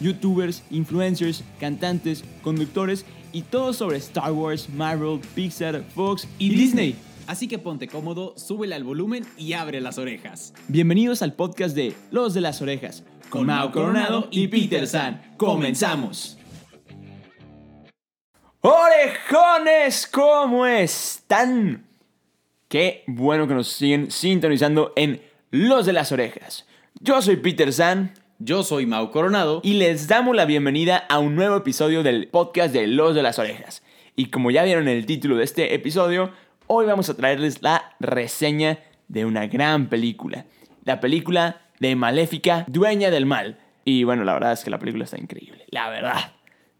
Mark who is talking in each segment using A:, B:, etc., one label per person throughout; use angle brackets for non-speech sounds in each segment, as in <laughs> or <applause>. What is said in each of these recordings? A: youtubers, influencers, cantantes, conductores y todo sobre Star Wars, Marvel, Pixar, Fox y, Disney.
B: Así que ponte cómodo, súbele al volumen y abre las orejas.
A: Bienvenidos al podcast de Los de las Orejas con Mao Coronado y Peter San. Comenzamos. Orejones, ¿cómo están? Qué bueno que nos siguen sintonizando en Los de las Orejas. Yo soy Peter San
B: Yo soy Mau Coronado y
A: y les damos la bienvenida a un nuevo episodio del podcast de Los de las Orejas. Y como ya vieron el título de este episodio, hoy vamos a traerles la reseña de una gran película. La película de Maléfica, Dueña del Mal. Y bueno, la verdad es que la película está increíble, la verdad.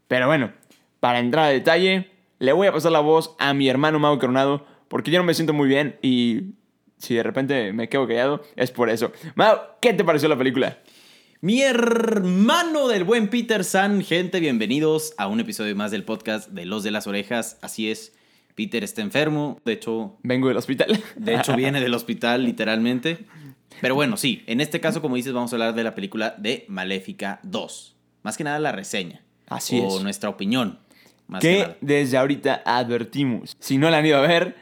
A: Pero bueno, para entrar a detalle, le voy a pasar la voz a mi hermano Mau Coronado, porque yo no me siento muy bien y si de repente me quedo callado, es por eso. Mau, ¿qué te pareció la película?
B: mi hermano del buen Peter San, gente, bienvenidos a un episodio más del podcast de Los de las Orejas. Así es, Peter está enfermo, de hecho,
A: Vengo del hospital. <laughs>
B: de hecho viene del hospital literalmente. Pero bueno, sí, en este caso, como dices, vamos a hablar de la película de Maléfica 2. Más que nada la reseña.
A: Así
B: o
A: es.
B: nuestra opinión. Más que
A: que
B: nada.
A: desde ahorita advertimos. Si no la han ido a ver,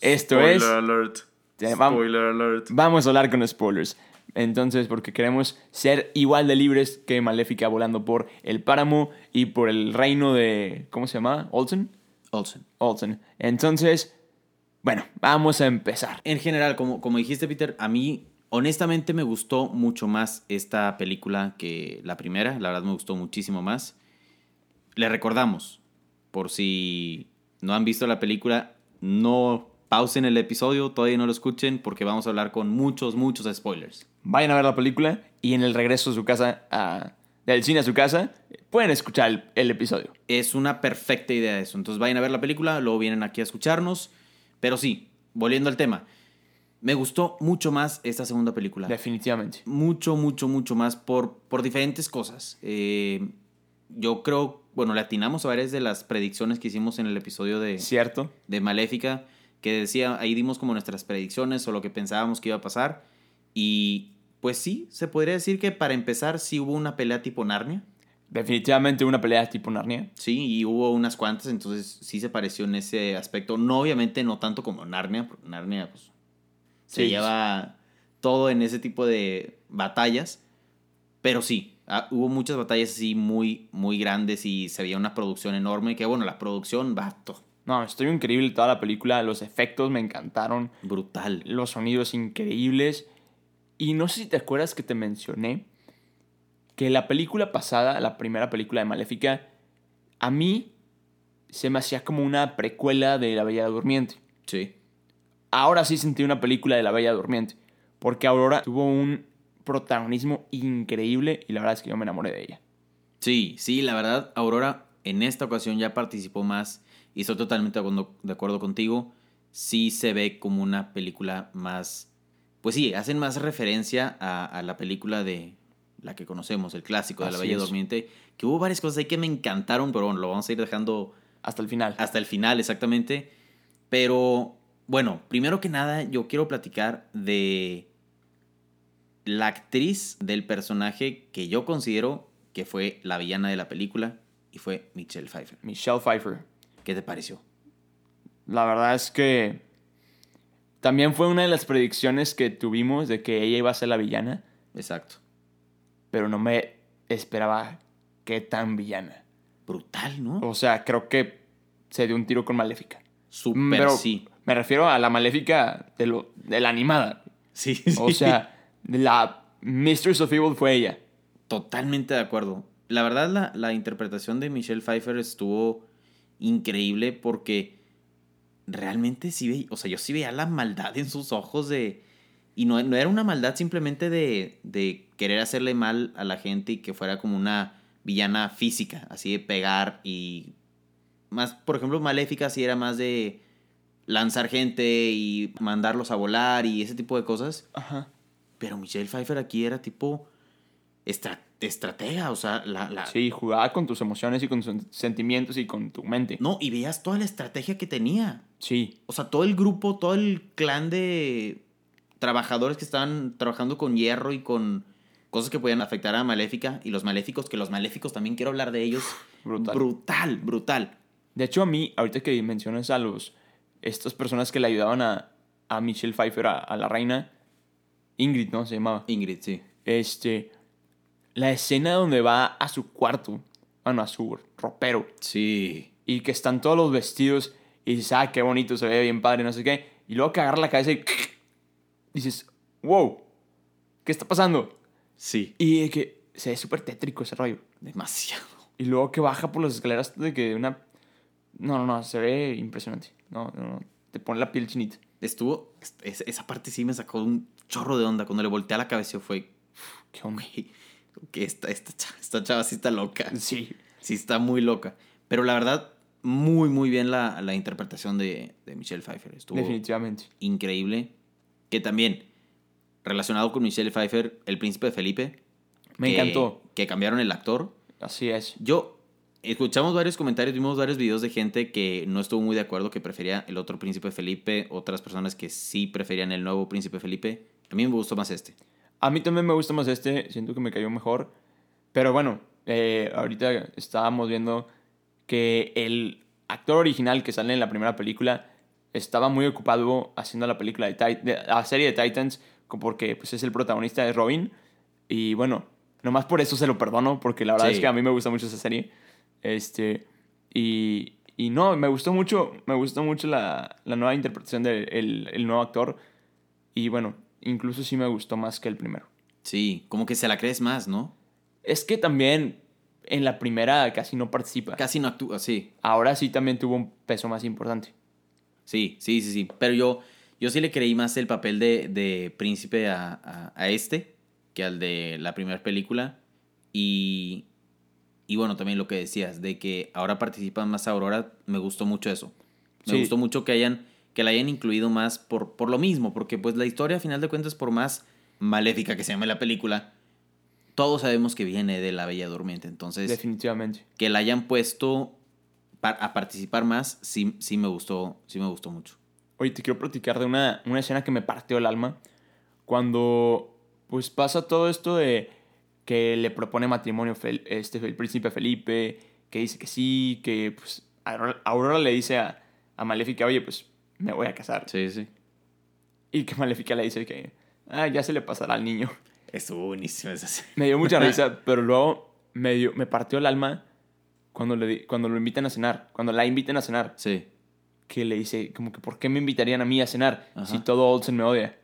A: esto
C: Spoiler
A: es.
C: alert.
A: Ya, vam-
C: Spoiler alert.
A: Vamos a hablar con spoilers. Entonces, porque queremos ser igual de libres que Maléfica volando por el páramo y por el reino de. ¿Cómo se llamaba? ¿Olsen?
B: Olsen.
A: Olsen. Entonces, bueno, vamos a empezar.
B: En general, como, como dijiste, Peter, a mí honestamente me gustó mucho más esta película que la primera. La verdad me gustó muchísimo más. Le recordamos, por si no han visto la película, no pausen el episodio, todavía no lo escuchen, porque vamos a hablar con muchos, muchos spoilers.
A: Vayan a ver la película y en el regreso a su casa, a- del cine a su casa, pueden escuchar el- el episodio.
B: Es una perfecta idea eso. Entonces vayan a ver la película, luego vienen aquí a escucharnos. Pero sí, volviendo al tema, me gustó mucho más esta segunda película.
A: Definitivamente.
B: mucho, mucho, mucho más por, por diferentes cosas. Eh, yo creo, bueno, le atinamos a varias de las predicciones que hicimos en el episodio de,
A: ¿Cierto?
B: de Maléfica, que decía, ahí dimos como nuestras predicciones o lo que pensábamos que iba a pasar. Y pues sí, se podría decir que para empezar sí hubo una pelea tipo Narnia.
A: Definitivamente una pelea tipo Narnia.
B: Sí, y hubo unas cuantas, entonces sí se pareció en ese aspecto. No, obviamente no tanto como Narnia, porque Narnia pues, se
A: Sí,
B: lleva todo en ese tipo de batallas, pero sí, ah, hubo muchas batallas así muy, muy grandes y se veía una producción enorme, que bueno, la producción, vato,
A: No, estuvo increíble toda la película. Los efectos me encantaron.
B: brutal.
A: Los sonidos increíbles. Y no sé si te acuerdas que te mencioné que la película pasada, la primera película de Maléfica, a mí se me hacía como una precuela de La Bella Durmiente.
B: Sí,
A: Ahora sí sentí una película de La Bella Durmiente. Porque Aurora tuvo un protagonismo increíble y la verdad es que yo me enamoré de ella.
B: sí, sí, la verdad, Aurora en esta ocasión ya participó más y estoy totalmente de acuerdo- de acuerdo contigo. sí se ve como una película más. Pues sí, hacen más referencia a, a la película de la que conocemos, el clásico de La
A: Así
B: Bella
A: es.
B: Durmiente, que hubo varias cosas ahí que me encantaron, pero bueno, lo vamos a ir dejando
A: Hasta el final.
B: hasta el final exactamente. Pero bueno, primero que nada, yo quiero platicar de la actriz del personaje que yo considero que fue la villana de la película y fue Michelle Pfeiffer.
A: Michelle Pfeiffer.
B: ¿Qué te pareció?
A: La verdad es que también fue una de las predicciones que tuvimos de que ella iba a ser la villana,
B: Exacto.
A: pero no me esperaba que tan villana.
B: Brutal, ¿no?
A: O sea, creo que se dio un tiro con Maléfica. Mm,
B: Súper
A: pero
B: sí. <laughs>
A: me refiero a la Maléfica de, lo, de la animada.
B: Sí,
A: O
B: sí.
A: sea, la Mistress of Evil fue ella.
B: Totalmente de acuerdo. La verdad, la, la interpretación de Michelle Pfeiffer estuvo increíble porque realmente sí veía, o sea, yo sí veía la maldad en sus ojos de... Y no, no era una maldad simplemente de, de querer hacerle mal a la gente y que fuera como una villana física, así de pegar y más, por ejemplo, Maléfica sí era más de lanzar gente y mandarlos a volar y ese tipo de cosas.
A: Ajá.
B: Pero Michelle Pfeiffer aquí era tipo estra- estratega, o sea, la, la-
A: Sí, jugaba con tus emociones y con tus sentimientos y con tu mente.
B: No, y veías toda la estrategia que tenía.
A: Sí,
B: O sea, todo el grupo, todo el clan de trabajadores que estaban trabajando con hierro y con cosas que podían afectar a Maléfica y los maléficos, que los maléficos también quiero hablar de ellos.
A: brutal.
B: Brutal, brutal.
A: de hecho, a mí, ahorita que mencionas a los, estas personas que le ayudaban a, a Michelle Pfeiffer, a, a la reina, Ingrid, ¿no? Se llamaba.
B: Ingrid, sí.
A: Este, la escena donde va a su cuarto, bueno, a su ropero,
B: Sí.
A: y que están todos los vestidos y dices, ah, qué bonito, se ve bien padre, no sé qué. Y luego que agarra la cabeza y dices, wow, ¿qué está pasando?
B: Sí.
A: Y de que se ve súper tétrico ese rollo.
B: Demasiado.
A: Y luego que baja por las escaleras de que una... No, no, no, se ve impresionante. No, no, no, te pone la piel chinita.
B: Estuvo. es- esa parte sí me sacó un chorro de onda. Cuando le volteé a la cabeza fue.
A: Qué hombre.
B: Que esta, esta, chava, esta chava sí está loca.
A: Sí,
B: Sí está muy loca. Pero la verdad, muy, muy bien la, la interpretación de, de Michelle Pfeiffer. Estuvo
A: definitivamente.
B: increíble. Que también, relacionado con Michelle Pfeiffer, el príncipe Felipe.
A: Me
B: que-
A: encantó.
B: Que cambiaron el actor.
A: Así es.
B: Yo, escuchamos varios comentarios, vimos varios videos de gente que no estuvo muy de acuerdo, que prefería el otro príncipe Felipe, otras personas que sí preferían el nuevo príncipe Felipe. A mí me gustó más este.
A: A mí también me gusta más este, siento que me cayó mejor. Pero bueno, eh, ahorita estábamos viendo que el actor original que sale en la primera película estaba muy ocupado haciendo la película de, Tit- de- la serie de Titans co- porque pues, es el protagonista de Robin. Y bueno, nomás por eso se lo perdono, porque la verdad
B: Sí.
A: es que a mí me gusta mucho esa serie. Este, y, y no, me gustó mucho, me gustó mucho la, la nueva interpretación del el- el nuevo actor. Y bueno, incluso sí me gustó más que el primero.
B: Sí, como que se la crees más, ¿no?
A: Es que también en la primera casi no participa.
B: Casi no actúa, sí.
A: Ahora sí también tuvo un peso más importante.
B: Sí, sí, sí, sí. Pero yo, yo sí le creí más el papel de, de príncipe a, a- a este que al de la primera película. Y, y bueno, también lo que decías, de que ahora participan más Aurora, me gustó mucho eso. Me
A: Sí.
B: gustó mucho que hayan que la hayan incluido más por, por lo mismo, porque pues la historia, a final de cuentas, por más maléfica que se llame la película, todos sabemos que viene de la Bella Durmiente. Entonces,
A: Definitivamente.
B: que la hayan puesto pa- a participar más, sí, sí me gustó, sí me gustó mucho.
A: Oye, te quiero platicar de una, una escena que me partió el alma. Cuando pues pasa todo esto de que le propone matrimonio Fel- este, el príncipe Felipe, que dice que sí, que pues Aurora, Aurora le dice a, a Maléfica, oye, pues me voy a casar.
B: Sí, sí.
A: Y que Maléfica le dice que ah, ya se le pasará al niño.
B: Estuvo buenísimo esa serie.
A: Me dio mucha
B: <laughs>
A: risa, pero luego me, dio- me partió el alma cuando, le, di- cuando lo invitan a cenar, cuando la invitan a cenar,
B: Sí.
A: que le dice, como que, ¿por qué me invitarían a mí a cenar
B: Ajá.
A: si todo Olsen me odia?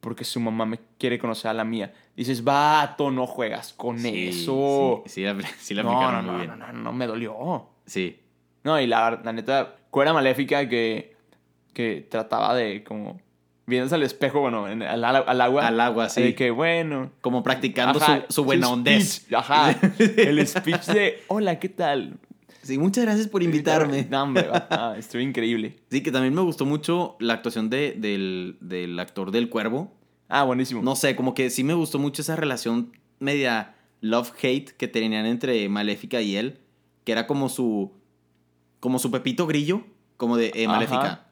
A: Porque su mamá me quiere conocer a la mía. Dices, vato, no juegas con
B: Sí,
A: eso.
B: Sí, sí la, sí la
A: no, no,
B: aplicaron muy
A: no,
B: bien.
A: no, no, no, me dolió.
B: Sí.
A: No, y la, la neta, cuera maléfica que, que trataba de, como, viéndose al espejo, bueno, en- al, al agua.
B: Al agua, sí.
A: De que, bueno,
B: Como practicando
A: Ajá,
B: su, su buena ondez.
A: speech,
B: <laughs>
A: Ajá. El speech de hola, ¿qué tal?
B: Sí, muchas gracias por invitarme.
A: No, hombre, va. Ah, estuvo increíble.
B: Sí, que también me gustó mucho la actuación de, del, del actor del cuervo.
A: Ah, buenísimo.
B: No sé, como que sí me gustó mucho esa relación media love-hate que tenían entre Maléfica y él. Que era como su. como su Pepito Grillo. Como de eh,
A: Ajá.
B: Maléfica.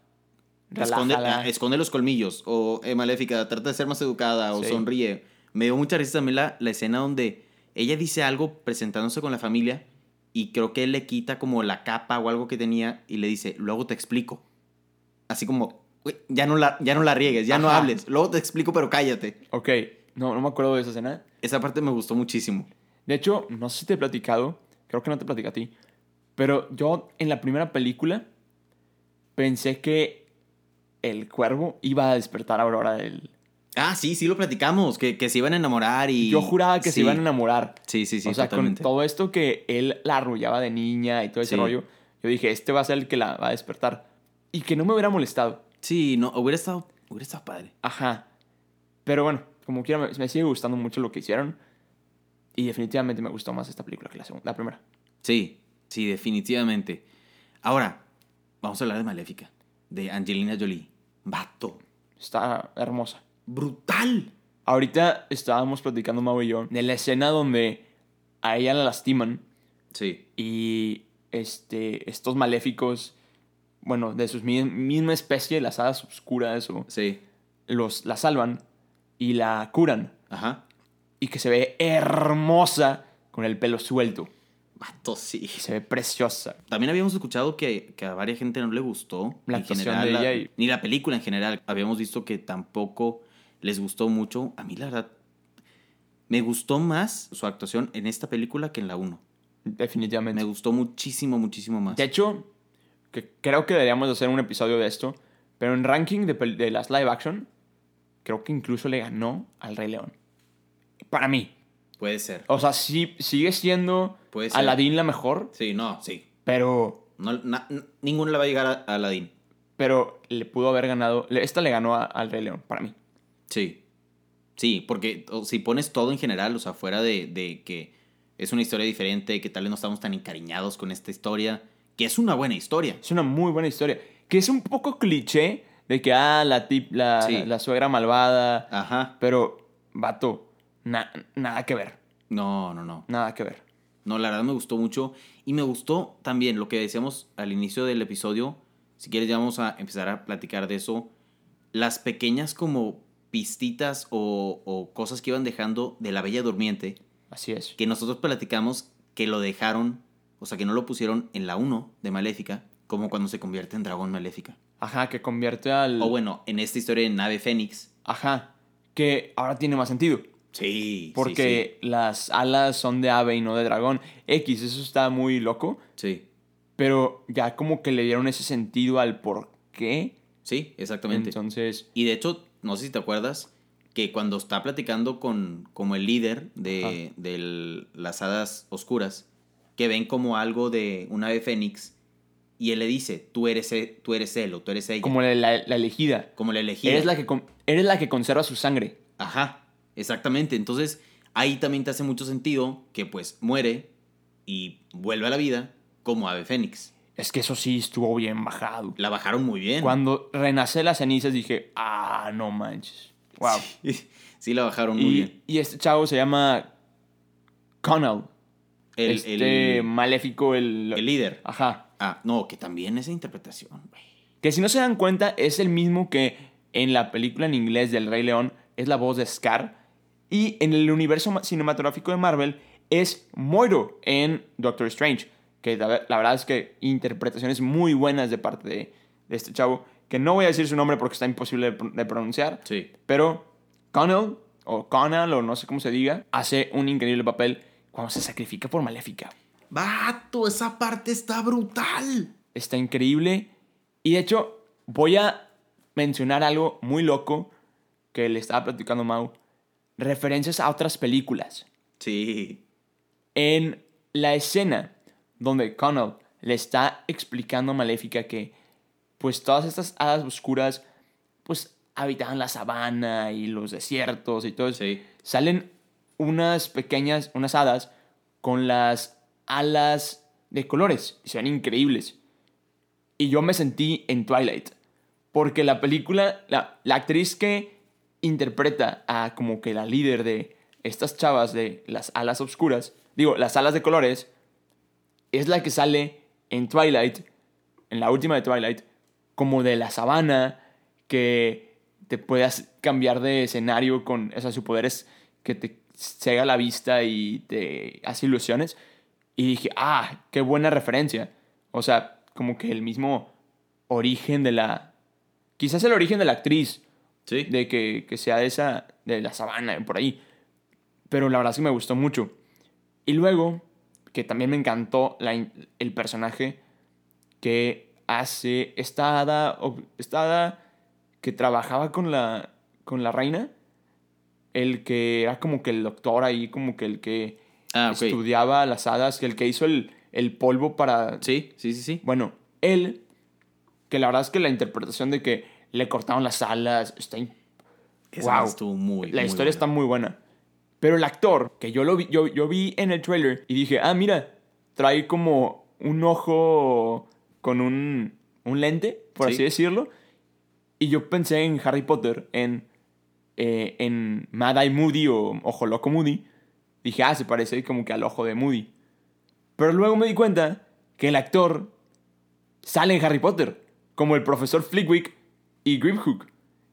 B: Esconde,
A: Relájala.
B: ah, esconde los colmillos. O eh, maléfica, trata de ser más educada o
A: Sí.
B: sonríe. Me dio mucha risa también la, la escena donde ella dice algo presentándose con la familia y creo que él le quita como la capa o algo que tenía y le dice, luego te explico. Así como, "Güey, ya no la, ya no la riegues, ya no
A: Ajá.
B: hables, luego te explico, pero cállate.
A: Ok, no, no me acuerdo de esa escena.
B: Esa parte me gustó muchísimo.
A: De hecho, no sé si te he platicado, creo que no te platicé a ti, pero yo en la primera película pensé que el cuervo iba a despertar a Aurora del...
B: Ah, sí, sí lo platicamos, que, que se iban a enamorar y...
A: Yo juraba que se
B: Sí.
A: iban a enamorar.
B: Sí, sí, sí,
A: o sea,
B: totalmente.
A: con todo esto que él la arrullaba de niña y todo
B: Sí.
A: ese rollo, yo dije, este va a ser el que la va a despertar. Y que no me hubiera molestado.
B: Sí, no, hubiera estado, hubiera estado padre.
A: Ajá. Pero bueno, como quiera, me, me sigue gustando mucho lo que hicieron. Y definitivamente me gustó más esta película que la, segunda, la primera.
B: Sí, sí, definitivamente. Ahora, vamos a hablar de Maléfica, de Angelina Jolie. Vato,
A: Está hermosa.
B: brutal.
A: Ahorita estábamos platicando, Mau y yo, de la escena donde a ella la lastiman
B: Sí,
A: y este, estos maléficos, bueno, de su mi- misma especie, las hadas oscuras, o,
B: sí.
A: los, la salvan y la curan.
B: Ajá.
A: Y que se ve hermosa con el pelo suelto.
B: Vato, sí.
A: Y se ve preciosa.
B: También habíamos escuchado que, que a varias gente no le gustó.
A: La
B: En
A: actuación de
B: la-
A: ella y-
B: Ni la película en general. Habíamos visto que tampoco les gustó mucho. A mí, la verdad, me gustó más su actuación en esta película que en la 1. Me
A: Definitivamente.
B: gustó muchísimo, muchísimo más.
A: De hecho, que creo que deberíamos de hacer un episodio de esto. Pero en ranking de, pel- de las live action, creo que incluso le ganó al Rey León. Para mí.
B: Puede ser.
A: O sea, sí, sigue siendo
B: Puede ser.
A: Aladdin la mejor,
B: Sí, no, sí.
A: pero,
B: No, na- n- ninguno le va a llegar a, a Aladdin.
A: pero le pudo haber ganado. le- Esta le ganó a- al Rey León, para mí.
B: Sí. Sí, porque o, si pones todo en general, o sea, fuera de, de que es una historia diferente, que tal vez no estamos tan encariñados con esta historia, que es una buena historia.
A: Es una muy buena historia. Que es un poco cliché de que, ah, la, tip, la,
B: Sí.
A: la suegra malvada.
B: Ajá.
A: Pero, vato, na- nada que ver.
B: No, no, no.
A: Nada que ver.
B: No, la verdad me gustó mucho. Y me gustó también lo que decíamos al inicio del episodio. Si quieres, ya vamos a empezar a platicar de eso. Las pequeñas como pistitas o, o cosas que iban dejando de la Bella Durmiente,
A: Así es.
B: que nosotros platicamos que lo dejaron, o sea, que no lo pusieron en la 1 de Maléfica, como cuando se convierte en dragón Maléfica.
A: Ajá, que convierte al.
B: O bueno, en esta historia de Nave Fénix.
A: Ajá. Que ahora tiene más sentido.
B: Sí,
A: Porque las alas son de ave y no de dragón. X, eso está muy loco.
B: Sí,
A: Pero ya como que le dieron ese sentido al por qué.
B: sí, sí, exactamente.
A: Entonces.
B: Y de hecho, no sé si te acuerdas que cuando está platicando con como el líder de, de l- las hadas oscuras, que ven como algo de un ave fénix, y él le dice, tú eres, e- tú eres él o tú eres ella, como,
A: Como la, la- la elegida.
B: la elegida.
A: Eres la, que con- eres la que conserva su sangre.
B: Ajá, exactamente. Entonces, ahí también te hace mucho sentido que pues muere y vuelve a la vida como ave fénix.
A: Es que eso sí estuvo bien bajado.
B: La bajaron muy bien.
A: Cuando renacé las cenizas dije, ah, no manches. Wow.
B: Sí, <laughs> sí la bajaron muy bien.
A: Y, y este chavo se llama Connell.
B: El,
A: este
B: el-
A: maléfico, el...
B: el líder.
A: Ajá.
B: Ah, no, que también esa interpretación, güey.
A: Que si no se dan cuenta, es el mismo que en la película en inglés del Rey León es la voz de Scar. Y en el universo ma- cinematográfico de Marvel es Moiro en Doctor Strange. Que la, ver- la verdad es que interpretaciones muy buenas de parte de, de este chavo. Que no voy a decir su nombre porque está imposible de pr- de pronunciar.
B: Sí.
A: Pero Connell, o Connell, o no sé cómo se diga, hace un increíble papel cuando se sacrifica por Maléfica.
B: Vato, esa parte está brutal.
A: Está increíble. Y de hecho, voy a mencionar algo muy loco que le estaba platicando Mau. Referencias a otras películas.
B: Sí.
A: En la escena donde Connell le está explicando a Maléfica que pues todas estas hadas oscuras pues habitaban la sabana y los desiertos y todo eso.
B: Sí.
A: Salen unas pequeñas, unas hadas con las alas de colores. Y se ven increíbles. Y yo me sentí en Twilight. Porque la película, la, la actriz que interpreta a como que la líder de estas chavas de las alas oscuras, digo, las alas de colores, es la que sale en Twilight, en la última de Twilight, como de la sabana, que te puedas cambiar de escenario con, o sea, su poder es que te cega la vista y te hace ilusiones. Y dije, ah, qué buena referencia. O sea, como que el mismo origen de la... Quizás el origen de la actriz,
B: Sí.
A: de que, que sea de esa, de la sabana, por ahí. Pero la verdad es que me gustó mucho. Y luego, que también me encantó la in- el personaje que hace esta hada, ob- esta hada que trabajaba con la, con la reina. El que era como que el doctor ahí, como que el que
B: ah, ok.
A: estudiaba las hadas, que el que hizo el, el polvo para
B: Sí, sí, sí, sí.
A: bueno, él, que la verdad es que la interpretación de que le cortaron las alas, está in-
B: Esa
A: Wow.
B: estuvo muy
A: la
B: muy
A: historia
B: buena.
A: está muy buena. Pero el actor, que yo lo vi, yo, yo vi en el trailer y dije, ah, mira, trae como un ojo con un, un lente, por
B: Sí.
A: así decirlo. Y yo pensé en Harry Potter, en, eh, en Mad Eye Moody o Ojo Loco Moody. Dije, ah, se parece como que al ojo de Moody. Pero luego me di cuenta que el actor sale en Harry Potter, como el profesor Flickwick y Grimhook.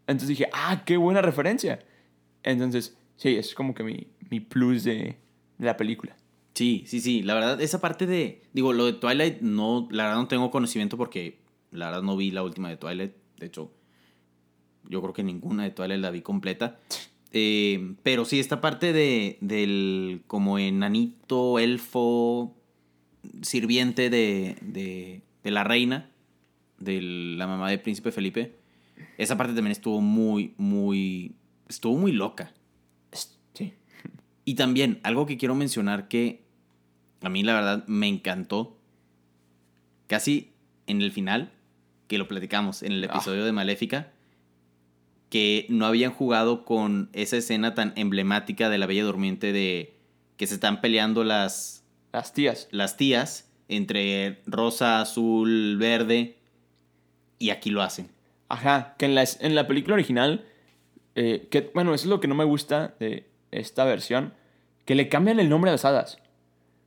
A: Entonces dije, ah, qué buena referencia. Entonces, sí, es como que mi, mi plus de, de la película.
B: Sí, sí, sí. La verdad, esa parte de. Digo, lo de Twilight, no. La verdad, no tengo conocimiento porque. La verdad, no vi la última de Twilight. De hecho, yo creo que ninguna de Twilight la vi completa. Eh, pero sí, esta parte de. Del. Como enanito, elfo. Sirviente de. De, de la reina. De la mamá del príncipe Felipe. Esa parte también estuvo muy, muy. Estuvo muy loca.
A: Es- Sí.
B: Y también algo que quiero mencionar que a mí la verdad me encantó. Casi en el final, que lo platicamos en el
A: Ah.
B: episodio de Maléfica, que no habían jugado con esa escena tan emblemática de la Bella Durmiente de que se están peleando las,
A: Las tías.
B: las tías entre rosa, azul, verde. Y aquí lo hacen.
A: Ajá, que en la, en la película original, eh, que, bueno, eso es lo que no me gusta de esta versión, que le cambian el nombre a las hadas.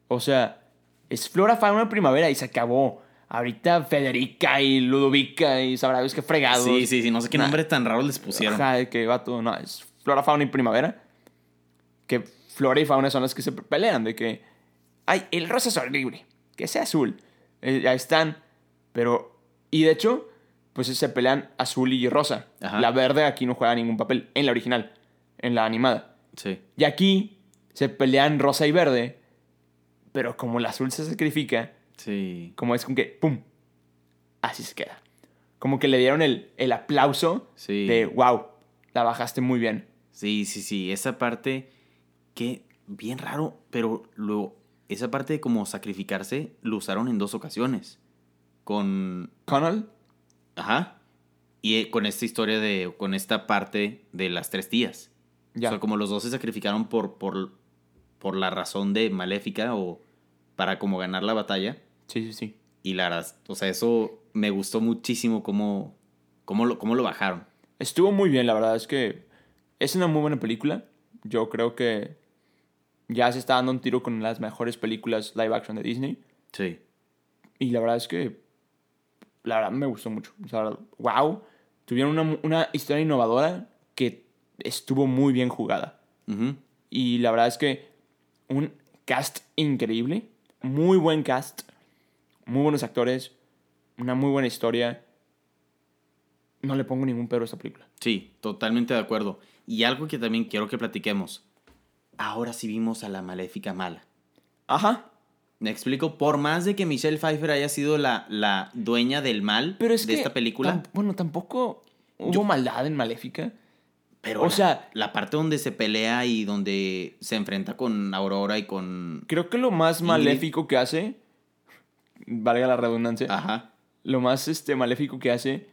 A: O sea, es Flora, Fauna, Primavera y se acabó. Ahorita Federica y Ludovica y sabrá Dios qué fregados.
B: Sí, sí, sí. No sé qué
A: Nah.
B: nombre tan raro les pusieron.
A: Ajá, de que va todo. No, es flora, fauna y primavera. Que flora y fauna son las que se pelean. De que. Ay, el rosa es horrible. Que sea azul. Eh, ya están. Pero. Y de hecho, pues se pelean azul y rosa.
B: Ajá.
A: La verde aquí no juega ningún papel. En la original. En la animada.
B: Sí.
A: Y aquí se pelean rosa y verde. Pero como el azul se sacrifica,
B: Sí.
A: como es con que. ¡Pum! Así se queda. Como que le dieron el, el aplauso
B: Sí.
A: de wow, la bajaste muy bien.
B: Sí, sí, sí, esa parte que bien raro, pero lo, esa parte de como sacrificarse lo usaron en dos ocasiones. Con,
A: Connell,
B: ajá, y eh, con esta historia de, con esta parte de las tres tías.
A: ya.
B: O sea, como los dos se sacrificaron por, por, por la razón de maléfica o para como ganar la batalla.
A: Sí, sí, sí.
B: Y la verdad, o sea, eso me gustó muchísimo cómo, cómo, lo, cómo lo bajaron.
A: Estuvo muy bien, la verdad es que es una muy buena película. Yo creo que ya se está dando un tiro con las mejores películas live action de Disney.
B: Sí.
A: Y la verdad es que, la verdad, me gustó mucho. O sea, wow, tuvieron una, una historia innovadora que estuvo muy bien jugada.
B: Ujú.
A: Y la verdad es que un cast increíble, muy buen cast, muy buenos actores, una muy buena historia. No le pongo ningún pero a esta película.
B: Sí, totalmente de acuerdo. Y algo que también quiero que platiquemos. Ahora sí vimos a la maléfica mala.
A: Ajá,
B: Me explico, por más de que Michelle Pfeiffer haya sido la, la dueña del mal
A: pero es
B: de
A: que
B: esta película,
A: tam- bueno, tampoco hubo
B: Yo-
A: maldad en Maléfica.
B: pero
A: o
B: la-
A: sea-
B: la, parte donde se pelea y donde se enfrenta con Aurora y con...
A: Creo que lo más
B: Ingrid.
A: maléfico que hace, valga la
B: Ah,
A: redundancia,
B: Ajá,
A: lo más este, maléfico que hace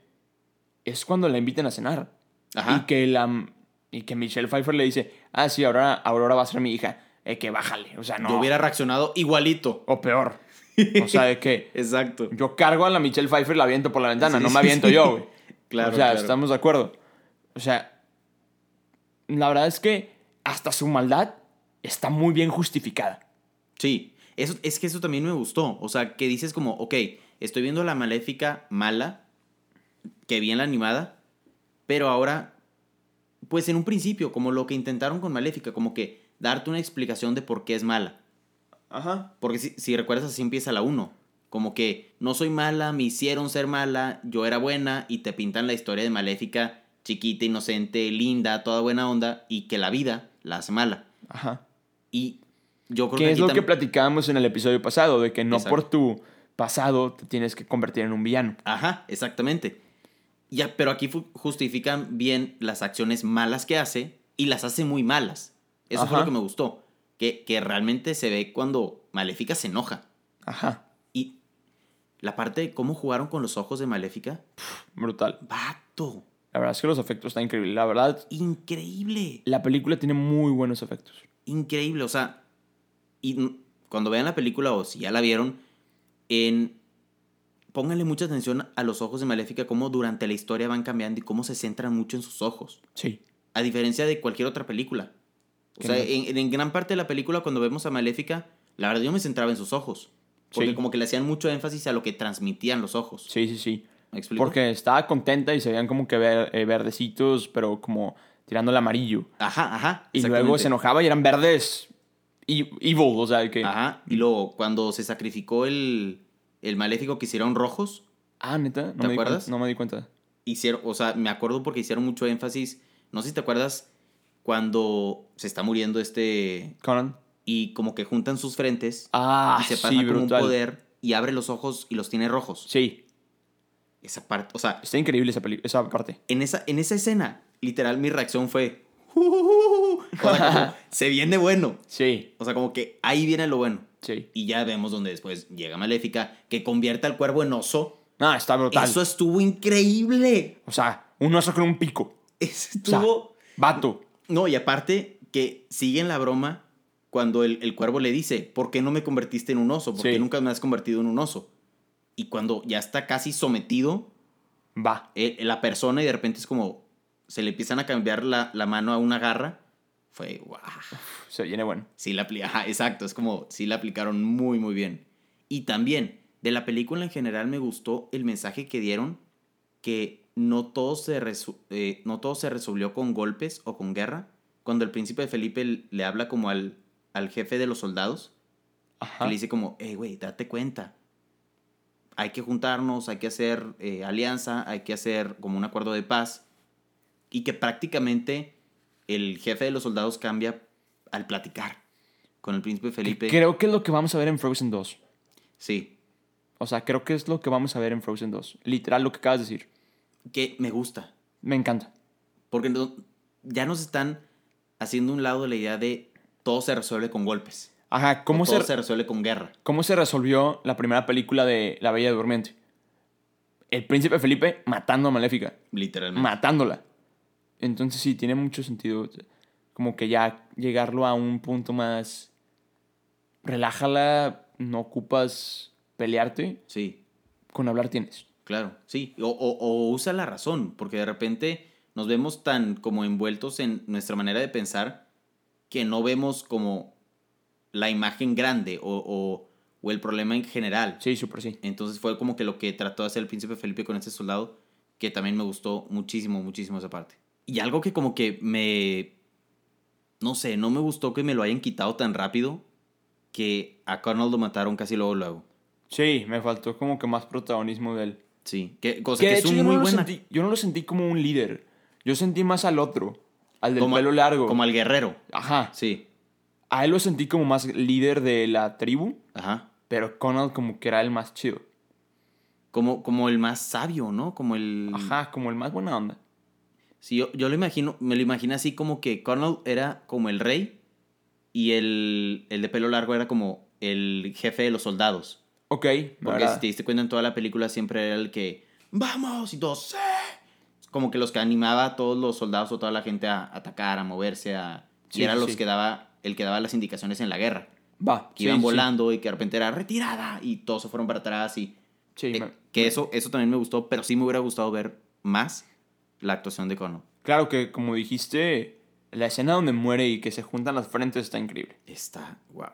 A: es cuando la invitan a cenar.
B: ajá.
A: Y que la y que Michelle Pfeiffer le dice, ah, sí, ahora Aurora va a ser mi hija. Eh, que bájale. O sea, no.
B: Yo hubiera reaccionado igualito.
A: O peor.
B: <laughs>
A: O sea, de que
B: Exacto.
A: yo cargo a la Michelle Pfeiffer y la aviento por la ventana,
B: Sí,
A: no me
B: sí,
A: aviento
B: sí. <laughs>
A: yo, güey.
B: Claro,
A: O sea,
B: claro.
A: estamos de acuerdo. O sea, la verdad es que hasta su maldad está muy bien justificada.
B: Sí, eso, es que eso también me gustó. O sea, que dices como, ok, estoy viendo la maléfica mala, que bien la animada, pero ahora, pues en un principio, como lo que intentaron con maléfica, como que darte una explicación de por qué es mala.
A: Ajá.
B: Porque si, si recuerdas, así empieza la 1. Como que no soy mala, me hicieron ser mala, yo era buena y te pintan la historia de maléfica chiquita, inocente, linda, toda buena onda y que la vida la hace mala.
A: Ajá.
B: Y yo creo
A: Que es
B: aquí
A: lo que
B: tam-
A: platicábamos en el episodio pasado, de que no
B: Exacto.
A: por tu pasado te tienes que convertir en un villano.
B: Ajá, exactamente. Ya, pero aquí fu- justifican bien las acciones malas que hace y las hace muy malas. Eso fue
A: Ajá.
B: lo que me gustó. Que, que realmente se ve cuando Maléfica se enoja.
A: Ajá.
B: Y la parte de cómo jugaron con los ojos de Maléfica,
A: Brutal.
B: vato,
A: La verdad es que los efectos están increíbles. La verdad,
B: increíble.
A: la película tiene muy buenos efectos.
B: increíble. O sea, y cuando vean la película o si ya la vieron, en... pónganle mucha atención a los ojos de Maléfica, cómo durante la historia van cambiando y cómo se centran mucho en sus ojos.
A: Sí.
B: A diferencia de cualquier otra película. O
A: Que
B: sea,
A: no-
B: en, en gran parte de la película, cuando vemos a Maléfica, la verdad yo me centraba en sus ojos. Porque
A: Sí.
B: como que le hacían mucho énfasis a lo que transmitían los ojos.
A: Sí, sí, sí.
B: ¿Me explico?
A: Porque estaba contenta y se veían como que ver- eh, verdecitos, pero como tirando al amarillo.
B: Ajá, ajá.
A: Y luego se
B: exactamente.
A: enojaba y eran verdes e- evil, o sea, que...
B: Ajá. Y luego, cuando se sacrificó el, el maléfico que hicieron rojos,
A: Ah, neta, no,
B: ¿Te
A: me di cuen-
B: acuerdas?
A: no me di cuenta.
B: hicieron, o sea, me acuerdo porque hicieron mucho énfasis, no sé si te acuerdas, cuando se está muriendo este
A: Conan.
B: y como que juntan sus frentes
A: Ah,
B: y se pasa
A: sí,
B: como
A: brutal.
B: un poder y abre los ojos y los tiene rojos.
A: Sí,
B: Esa parte, o sea,
A: está increíble esa, peli- esa parte.
B: en esa, en esa escena, literal, mi reacción fue, "Uh". O sea, como,
A: <laughs>
B: se viene bueno.
A: Sí,
B: O sea, como que ahí viene lo bueno.
A: sí.
B: Y ya vemos donde después llega Maléfica, que convierte al cuervo en oso.
A: No, está brutal.
B: Eso estuvo increíble.
A: O sea, un oso con un pico.
B: Eso
A: O sea,
B: estuvo.
A: Vato.
B: No, y aparte que siguen la broma cuando el, el cuervo le dice, ¿por qué no me convertiste en un oso? ¿Por
A: Sí.
B: qué nunca me has convertido en un oso? Y cuando ya está casi sometido
A: Va.
B: eh, la persona y de repente es como, se le empiezan a cambiar la, la mano a una garra, fue, guau,
A: Se viene bueno.
B: sí la apli- ajá, exacto, es como, sí la aplicaron muy, muy bien. Y también, de la película en general me gustó el mensaje que dieron, que no todo se, resu- eh, no todo se resolvió con golpes o con guerra. Cuando el príncipe Felipe l- le habla como al, al jefe de los soldados, que
A: Ajá.
B: le dice como, hey, güey, date cuenta. Hay que juntarnos, hay que hacer eh, alianza, hay que hacer como un acuerdo de paz. Y que prácticamente el jefe de los soldados cambia al platicar con el príncipe Felipe.
A: Creo que es lo que vamos a ver en Frozen 2.
B: Sí,
A: O sea, creo que es lo que vamos a ver en Frozen 2. Literal lo que acabas de decir.
B: que me gusta.
A: Me encanta.
B: Porque no- ya nos están haciendo un lado de la idea de todo se resuelve con golpes.
A: Ajá, ¿cómo
B: o todo
A: se,
B: se... resuelve con guerra.
A: ¿cómo se resolvió la primera película de La Bella Durmiente? El príncipe Felipe matando a Maléfica. Mm.
B: Literalmente.
A: Matándola. Entonces sí, tiene mucho sentido. Como que ya llegarlo a un punto más... Relájala, no ocupas pelearte.
B: sí,
A: Con hablar tienes.
B: claro. Sí. O, o- o usa la razón. Porque de repente nos vemos tan como envueltos en nuestra manera de pensar que no vemos como la imagen grande o, o- o el problema en general.
A: Sí, súper sí.
B: Entonces fue como que lo que trató de hacer el príncipe Felipe con este soldado, que también me gustó muchísimo, muchísimo esa parte. Y algo que como que me... No sé, no me gustó que me lo hayan quitado tan rápido que a Connell lo mataron casi luego luego.
A: Sí, me faltó como que más protagonismo de él.
B: Sí, que, cosa
A: que
B: que,
A: de
B: es
A: hecho
B: un
A: yo,
B: muy
A: no lo
B: buena...
A: sentí, yo no lo sentí como un líder. Yo sentí más al otro. Al del
B: Como-
A: pelo largo.
B: Como al guerrero.
A: Ajá.
B: Sí,
A: A él lo sentí como más líder de la tribu.
B: ajá.
A: Pero Conal como que era el más chido.
B: Como, como el más sabio, ¿no? Como el...
A: Ajá, como el más buena onda.
B: Sí, yo, yo lo imagino, me lo imagino así como que Connell era como el rey y el, el de pelo largo era como el jefe de los soldados.
A: Ok, me
B: Porque
A: agrada.
B: si te diste cuenta en toda la película siempre era el que ¡Vamos! y todos "Sí". Como que los que animaba a todos los soldados o toda la gente a atacar, a moverse, a...
A: Sí,
B: y era
A: sí,
B: los
A: sí.
B: que daba, el que daba las indicaciones en la guerra.
A: Va.
B: Que
A: sí,
B: iban
A: sí,
B: volando y que de repente era retirada y todos se fueron para atrás y...
A: Sí,
B: eh,
A: me-
B: que eso, eso también me gustó, pero sí me hubiera gustado ver más la actuación de Cono.
A: Claro que como dijiste, la escena donde muere y que se juntan las frentes está increíble.
B: Está... ¡Wow!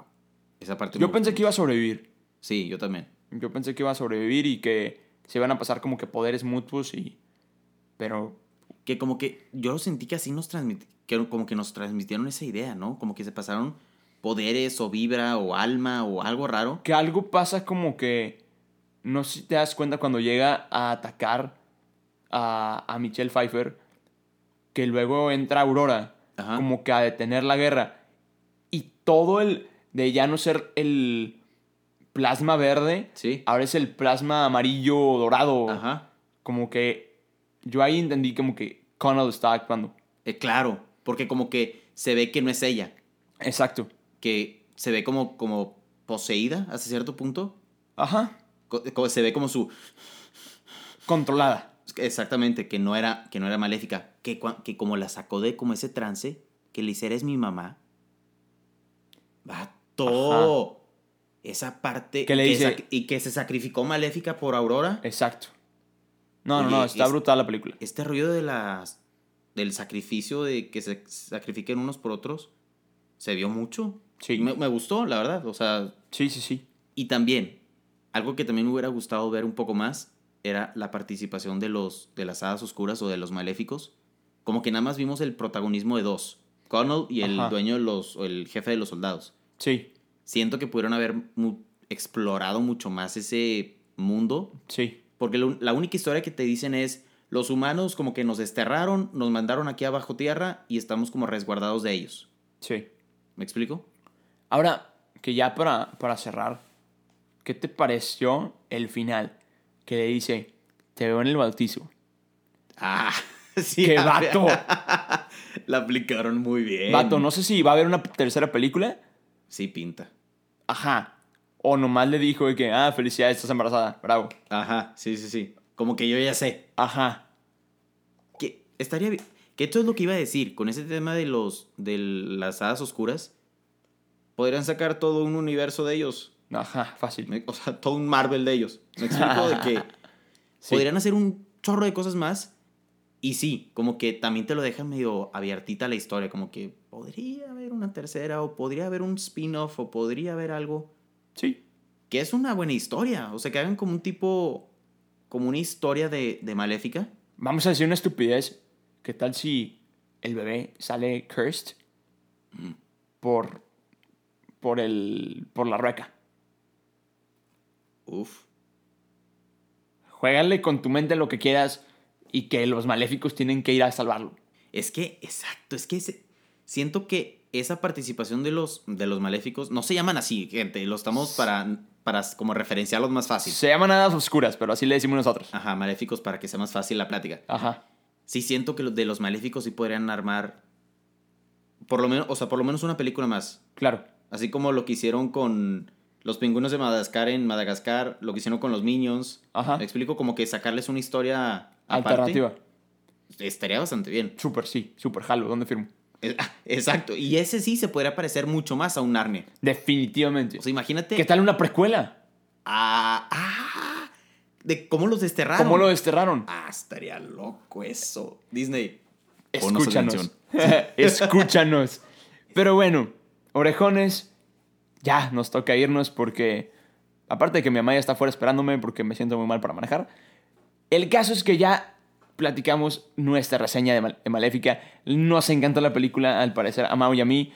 B: Esa parte...
A: Yo
B: me
A: pensé
B: gustó
A: que iba a sobrevivir.
B: mucho. Sí, yo también.
A: Yo pensé que iba a sobrevivir y que se iban a pasar como que poderes mutuos y... Pero
B: que como que yo lo sentí que así nos transmit- que como que nos transmitieron esa idea, ¿no? Como que se pasaron poderes o vibra o alma o algo raro.
A: que algo pasa como que no sé si te das cuenta cuando llega a atacar a, a Michelle Pfeiffer que luego entra Aurora
B: Ajá.
A: como que a detener la guerra y todo el de ya no ser el plasma verde
B: Sí.
A: ahora es el plasma amarillo o dorado
B: Ajá.
A: como que yo ahí entendí como que Connell estaba actuando
B: Eh, claro, porque como que se ve que no es ella,
A: exacto
B: que se ve como como poseída hasta cierto punto.
A: ajá
B: Co- co- Se ve como su
A: controlada
B: exactamente que no era que no era maléfica, que cua- que como la sacó de como ese trance que le dice eres mi mamá ¡Vato! Esa parte
A: ¿Qué le
B: que
A: dice?
B: sac- y que se sacrificó Maléfica por Aurora.
A: Exacto. No, no,
B: Oye,
A: no, está
B: es-
A: brutal la película.
B: Este rollo de las, del sacrificio, de que se sacrifiquen unos por otros, se vio mucho.
A: Sí.
B: Me, me gustó, la verdad. O sea,
A: Sí, sí, sí.
B: y también, algo que también me hubiera gustado ver un poco más, era la participación de, los, de las hadas oscuras o de los maléficos. Como que nada más vimos el protagonismo de dos. Connell y el
A: Ajá.
B: dueño de los, o el jefe de los soldados.
A: Sí,
B: Siento que pudieron haber mu- explorado mucho más ese mundo
A: sí.
B: porque lo- la única historia que te dicen es, los humanos como que nos desterraron, nos mandaron aquí abajo tierra y estamos como resguardados de ellos.
A: Sí.
B: ¿Me explico?
A: Ahora, que ya para, para cerrar, ¿qué te pareció el final? Que le dice, te veo en el bautizo.
B: Ah, <laughs> sí.
A: ¡Qué
B: la-
A: vato!
B: <laughs> La aplicaron muy bien.
A: Vato, no sé si va a haber una tercera película.
B: Sí, pinta.
A: Ajá. O nomás le dijo de que, ah, felicidades, estás embarazada. Bravo.
B: Ajá, sí, sí, sí. Como que yo ya sé.
A: Ajá.
B: Que estaría bien. Que esto es lo que iba a decir. Con ese tema de, los, de las hadas oscuras, podrían sacar todo un universo de ellos.
A: Ajá, fácil.
B: Me- O sea, todo un Marvel de ellos. Me explico de que
A: Sí.
B: podrían hacer un chorro de cosas más. Y sí, como que también te lo dejan medio abiertita la historia. Como que podría haber una tercera, o podría haber un spin-off, o podría haber algo.
A: Sí.
B: Que es una buena historia. O sea, que hagan como un tipo. Como una historia de, de Maléfica.
A: Vamos a decir una estupidez. ¿Qué tal si el bebé sale cursed Mm, por, por, el, por la rueca?
B: Uf.
A: Juégale con tu mente lo que quieras y que los maléficos tienen que ir a salvarlo.
B: Es que, exacto, es que ese- siento que esa participación de los, de los maléficos. No se llaman así, gente. Lo estamos para, para como referenciarlos más fácil.
A: Se llaman hadas oscuras, pero así le decimos nosotros.
B: Ajá, maléficos para que sea más fácil la plática.
A: Ajá.
B: Sí siento que los de los maléficos sí podrían armar por lo menos, o sea, por lo menos una película más,
A: Claro.
B: así como lo que hicieron con los pingüinos de Madagascar en Madagascar, lo que hicieron con los Minions.
A: Ajá.
B: Me explico como que sacarles una historia aparte,
A: Alternativa.
B: estaría bastante bien.
A: Súper, sí. Súper jalo. ¿Dónde firmo?
B: Eh, ah, Exacto, y ese sí se podría parecer mucho más a un Narnia.
A: Definitivamente.
B: O sea, imagínate
A: ¿Qué tal una precuela?
B: a- ah, de cómo los desterraron.
A: ¿Cómo lo desterraron?
B: Ah, estaría loco eso. Disney. Ponnos
A: <laughs> Escúchanos. Escúchanos. Pero bueno, orejones, ya nos toca irnos porque, aparte de que mi mamá ya está fuera esperándome porque me siento muy mal para manejar, el caso es que ya platicamos nuestra reseña de, Mal- de Maléfica. Nos encantó la película, al parecer, a Mau y a mí.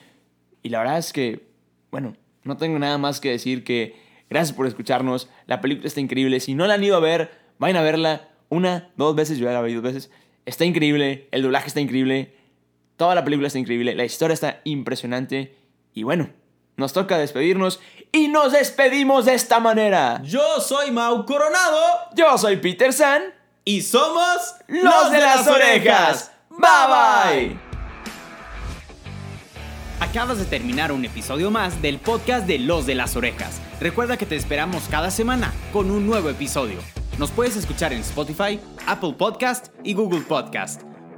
A: Y la verdad es que, bueno, no tengo nada más que decir que gracias por escucharnos. La película está increíble. Si no la han ido a ver, vayan a verla una, dos veces. Yo ya la vi dos veces. Está increíble. El doblaje está increíble. Toda la película está increíble. La historia está impresionante. Y bueno, nos toca despedirnos. Y nos despedimos de esta manera.
B: Yo soy Mau Coronado.
A: Yo soy Peter San.
B: Y somos
A: Los de las orejas. Bye bye.
B: Acabas de terminar un episodio más del podcast de Los de las Orejas. Recuerda que te esperamos cada semana con un nuevo episodio. Nos puedes escuchar en Spotify, Apple Podcast y Google Podcast.